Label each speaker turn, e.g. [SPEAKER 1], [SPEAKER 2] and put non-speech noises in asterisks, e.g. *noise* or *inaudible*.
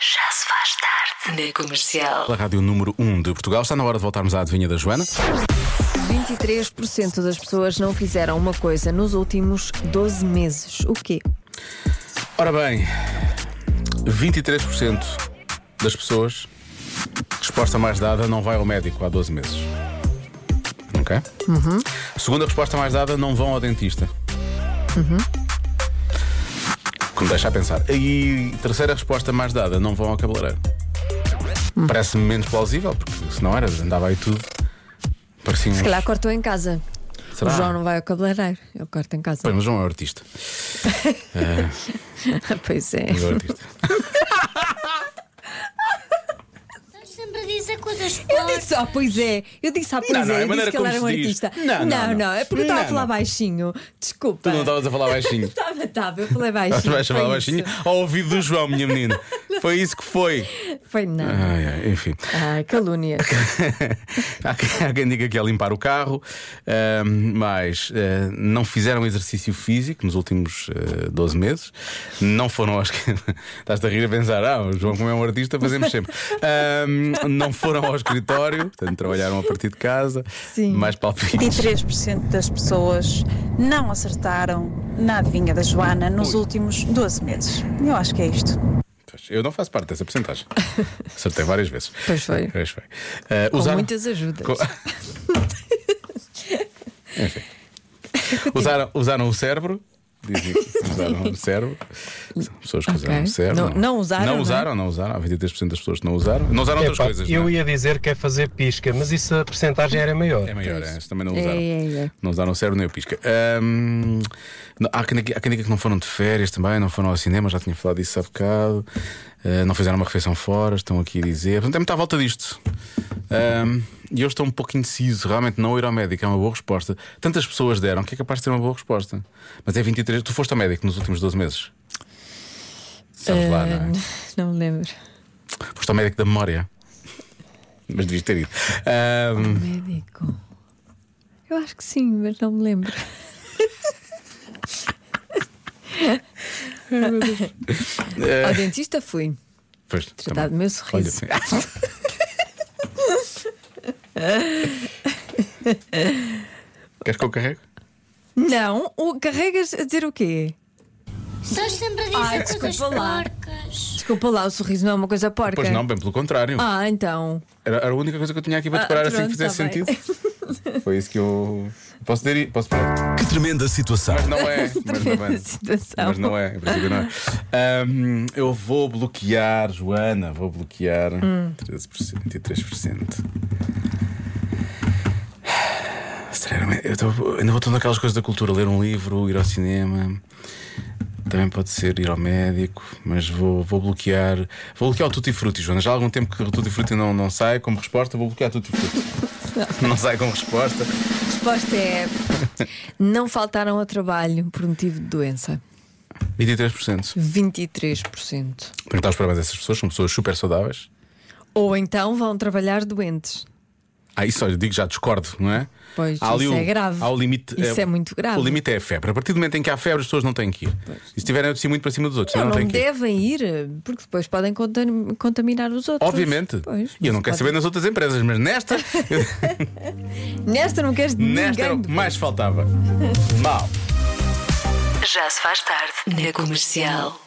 [SPEAKER 1] se faz tarde na comercial.
[SPEAKER 2] Pela rádio número 1 de Portugal, está na hora de voltarmos à adivinha da Joana.
[SPEAKER 3] 23% das pessoas não fizeram uma coisa nos últimos 12 meses. O quê?
[SPEAKER 2] Ora bem, 23% das pessoas, resposta mais dada, não vai ao médico há 12 meses. Ok?
[SPEAKER 3] Uhum.
[SPEAKER 2] Segunda resposta mais dada, não vão ao dentista.
[SPEAKER 3] Uhum.
[SPEAKER 2] Que me deixa a pensar. E terceira resposta mais dada, não vão ao cabeleireiro.
[SPEAKER 3] Hum.
[SPEAKER 2] Parece-me menos plausível, porque se não era, andava aí tudo. Parecia um-
[SPEAKER 3] Se calhar cortou em casa.
[SPEAKER 2] Será?
[SPEAKER 3] O João não vai ao cabeleireiro. Eu corto em casa.
[SPEAKER 2] Pois, mas o João é artista.
[SPEAKER 3] *laughs* pois é.
[SPEAKER 2] Ele é artista.
[SPEAKER 4] Sempre dizer coisas
[SPEAKER 3] Eu disse, oh, pois é. Eu disse, ah, pois
[SPEAKER 2] Não, não, é a
[SPEAKER 3] é. Eu disse
[SPEAKER 2] maneira
[SPEAKER 3] que ele
[SPEAKER 2] como
[SPEAKER 3] era um
[SPEAKER 2] se diz.
[SPEAKER 3] artista.
[SPEAKER 2] Não, não, não.
[SPEAKER 3] é porque eu estava a
[SPEAKER 2] Não,
[SPEAKER 3] falar
[SPEAKER 2] não.
[SPEAKER 3] baixinho. Desculpa.
[SPEAKER 2] Tu não estavas a falar *laughs* baixinho.
[SPEAKER 3] Estava, estava. Eu falei baixinho.
[SPEAKER 2] Vais falar
[SPEAKER 3] Foi
[SPEAKER 2] baixinho
[SPEAKER 3] isso.
[SPEAKER 2] ao ouvido do João, minha *laughs* menina. Foi isso que foi.
[SPEAKER 3] Foi não.
[SPEAKER 2] Ai, ai, enfim.
[SPEAKER 3] Ah,
[SPEAKER 2] *laughs*
[SPEAKER 3] calúnia.
[SPEAKER 2] há, quem, há quem diga que é limpar o carro, ahm, mas ah, não fizeram exercício físico nos últimos ah, 12 meses, não foram aos. *laughs* Estás-te a rir a pensar, ah, o João, como é um artista, fazemos sempre. Ahm, não foram ao escritório, portanto, trabalharam a partir de casa,
[SPEAKER 3] Sim.
[SPEAKER 2] mais palpites.
[SPEAKER 5] 23% das pessoas não acertaram na adivinha da Joana nos
[SPEAKER 2] Ui.
[SPEAKER 5] últimos 12 meses. Eu acho que é isto.
[SPEAKER 2] Pois, Eu não faço parte dessa
[SPEAKER 3] *laughs*
[SPEAKER 2] porcentagem. Acertei várias vezes.
[SPEAKER 3] Pois foi.
[SPEAKER 2] Pois foi. Ah,
[SPEAKER 3] Com
[SPEAKER 2] usaram-
[SPEAKER 3] muitas ajudas. *laughs*
[SPEAKER 2] Co- Enfim. Usaram, usaram o cérebro. Dizem
[SPEAKER 3] *laughs*
[SPEAKER 2] que usaram o cérebro. São pessoas que usaram
[SPEAKER 3] Ok.
[SPEAKER 2] o cérebro.
[SPEAKER 3] Não- não usaram,
[SPEAKER 2] Não
[SPEAKER 3] não é?
[SPEAKER 2] usaram, não usaram. Há 23% das pessoas que não usaram. Não usaram outras
[SPEAKER 6] Epá,
[SPEAKER 2] coisas.
[SPEAKER 6] eu
[SPEAKER 2] não é?
[SPEAKER 6] ia dizer que é fazer pisca, mas isso a percentagem era maior.
[SPEAKER 2] É maior, é? Esses também não
[SPEAKER 3] É,
[SPEAKER 2] usaram.
[SPEAKER 3] é, é.
[SPEAKER 2] Não usaram o cérebro nem o pisca. Ahm, não, há, quem, diga- há quem diga que não foram de férias também, não foram ao cinema, já tinha falado disso há bocado. Ah, não fizeram uma refeição fora, estão aqui a dizer. Portanto, é muita volta disto. Ahm, E eu estou um pouco indeciso, realmente não ir ao médico é uma boa resposta. Tantas pessoas deram que é capaz de ter uma boa resposta. Mas é 23. Tu foste ao médico nos últimos 12 meses? Sabes lá, não é?
[SPEAKER 3] Ah, Não me lembro.
[SPEAKER 2] Foste ao médico da memória. Mas devias ter ido. Ahm,
[SPEAKER 3] Médico. Eu acho que sim, mas não me lembro. Ao dentista fui.
[SPEAKER 2] Pois,
[SPEAKER 3] Tratado
[SPEAKER 2] também.
[SPEAKER 3] meu sorriso.
[SPEAKER 2] É. Tá Olha, sim. *laughs* Queres que eu carrego?
[SPEAKER 3] Não, o, carregas a dizer o quê?
[SPEAKER 4] Estás sempre a
[SPEAKER 3] Ai,
[SPEAKER 4] dizer coisas
[SPEAKER 3] desculpa lá.
[SPEAKER 4] porcas.
[SPEAKER 3] Desculpa lá, o sorriso não é uma coisa porca.
[SPEAKER 2] Pois não, bem pelo contrário.
[SPEAKER 3] Ah, então.
[SPEAKER 2] Era, era a única coisa que eu tinha aqui para te
[SPEAKER 3] Ah,
[SPEAKER 2] parar assim
[SPEAKER 3] pronto,
[SPEAKER 2] que fizesse
[SPEAKER 3] tá bem.
[SPEAKER 2] sentido.
[SPEAKER 3] *laughs*
[SPEAKER 2] Foi isso que eu. Posso ter i- posso parar.
[SPEAKER 7] Que tremenda situação.
[SPEAKER 2] Mas não é. Mas
[SPEAKER 3] *laughs*
[SPEAKER 2] não
[SPEAKER 3] Tremenda
[SPEAKER 2] é.
[SPEAKER 3] situação.
[SPEAKER 2] Mas não é, em princípio não é. Ahm, eu vou bloquear, Joana, vou bloquear 13% e 3%. Sinceramente, eu tô- ainda vou todas aquelas coisas da cultura, ler um livro, ir ao cinema. Também pode ser ir ao médico, mas vou, vou bloquear. Vou bloquear o Tutti Frutti, Joana. Já há algum tempo que o Tutti Frutti não, não sai como resposta, vou bloquear o Tutti Frutti. não sai como resposta.
[SPEAKER 3] A resposta é: não faltaram ao trabalho por motivo de doença.
[SPEAKER 2] 23%.
[SPEAKER 3] 23%.
[SPEAKER 2] Perguntar os parabéns a essas pessoas, são pessoas super saudáveis.
[SPEAKER 3] Ou então vão trabalhar doentes.
[SPEAKER 2] Ah, isso olha, digo já, discordo, não é?
[SPEAKER 3] Pois,
[SPEAKER 2] Há ali
[SPEAKER 3] isso
[SPEAKER 2] o-
[SPEAKER 3] é grave.
[SPEAKER 2] Há o limite,
[SPEAKER 3] Isso é muito grave.
[SPEAKER 2] O limite é a febre. A partir do momento em que há febre, as pessoas não têm que ir. E se estiverem assim muito para cima dos outros,
[SPEAKER 3] Não,
[SPEAKER 2] senão
[SPEAKER 3] não
[SPEAKER 2] têm que ir.
[SPEAKER 3] devem ir, porque depois podem contam- contaminar os outros.
[SPEAKER 2] Obviamente.
[SPEAKER 3] Pois,
[SPEAKER 2] e eu não quero
[SPEAKER 3] se
[SPEAKER 2] saber
[SPEAKER 3] pode-
[SPEAKER 2] nas outras empresas, mas
[SPEAKER 3] *laughs*
[SPEAKER 2] nesta,
[SPEAKER 3] Nesta não queres
[SPEAKER 2] nesta era
[SPEAKER 3] ninguém.
[SPEAKER 2] o que mais faltava. Mal.
[SPEAKER 1] Já se faz tarde na comercial.